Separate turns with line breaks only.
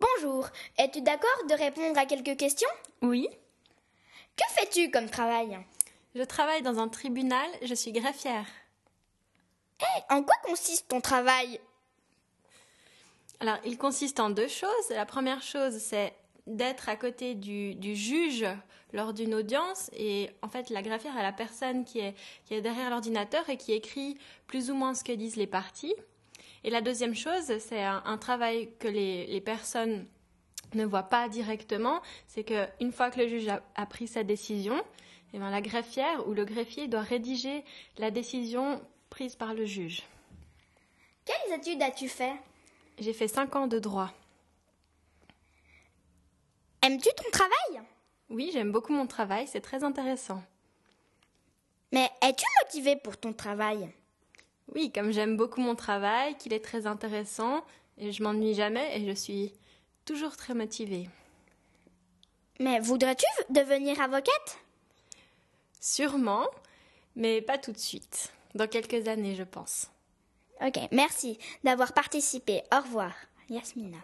Bonjour, es-tu d'accord de répondre à quelques questions
Oui,
Que fais-tu comme travail
je travaille dans un tribunal, je suis greffière.
En quoi consiste ton travail
Alors, il consiste en deux choses. La première chose, c'est d'être à côté du, du juge lors d'une audience. Et en fait, la greffière est la personne qui est, qui est derrière l'ordinateur et qui écrit plus ou moins ce que disent les parties. Et la deuxième chose, c'est un, un travail que les, les personnes ne voient pas directement. C'est qu'une fois que le juge a, a pris sa décision, eh ben, la greffière ou le greffier doit rédiger la décision prise par le juge.
Quelles études as-tu fait
J'ai fait 5 ans de droit.
Aimes-tu ton travail
Oui, j'aime beaucoup mon travail, c'est très intéressant.
Mais es-tu motivé pour ton travail
Oui, comme j'aime beaucoup mon travail, qu'il est très intéressant, et je m'ennuie jamais et je suis toujours très motivée.
Mais voudrais-tu devenir avocate
Sûrement, mais pas tout de suite. Dans quelques années, je pense.
Ok, merci d'avoir participé. Au revoir, Yasmina.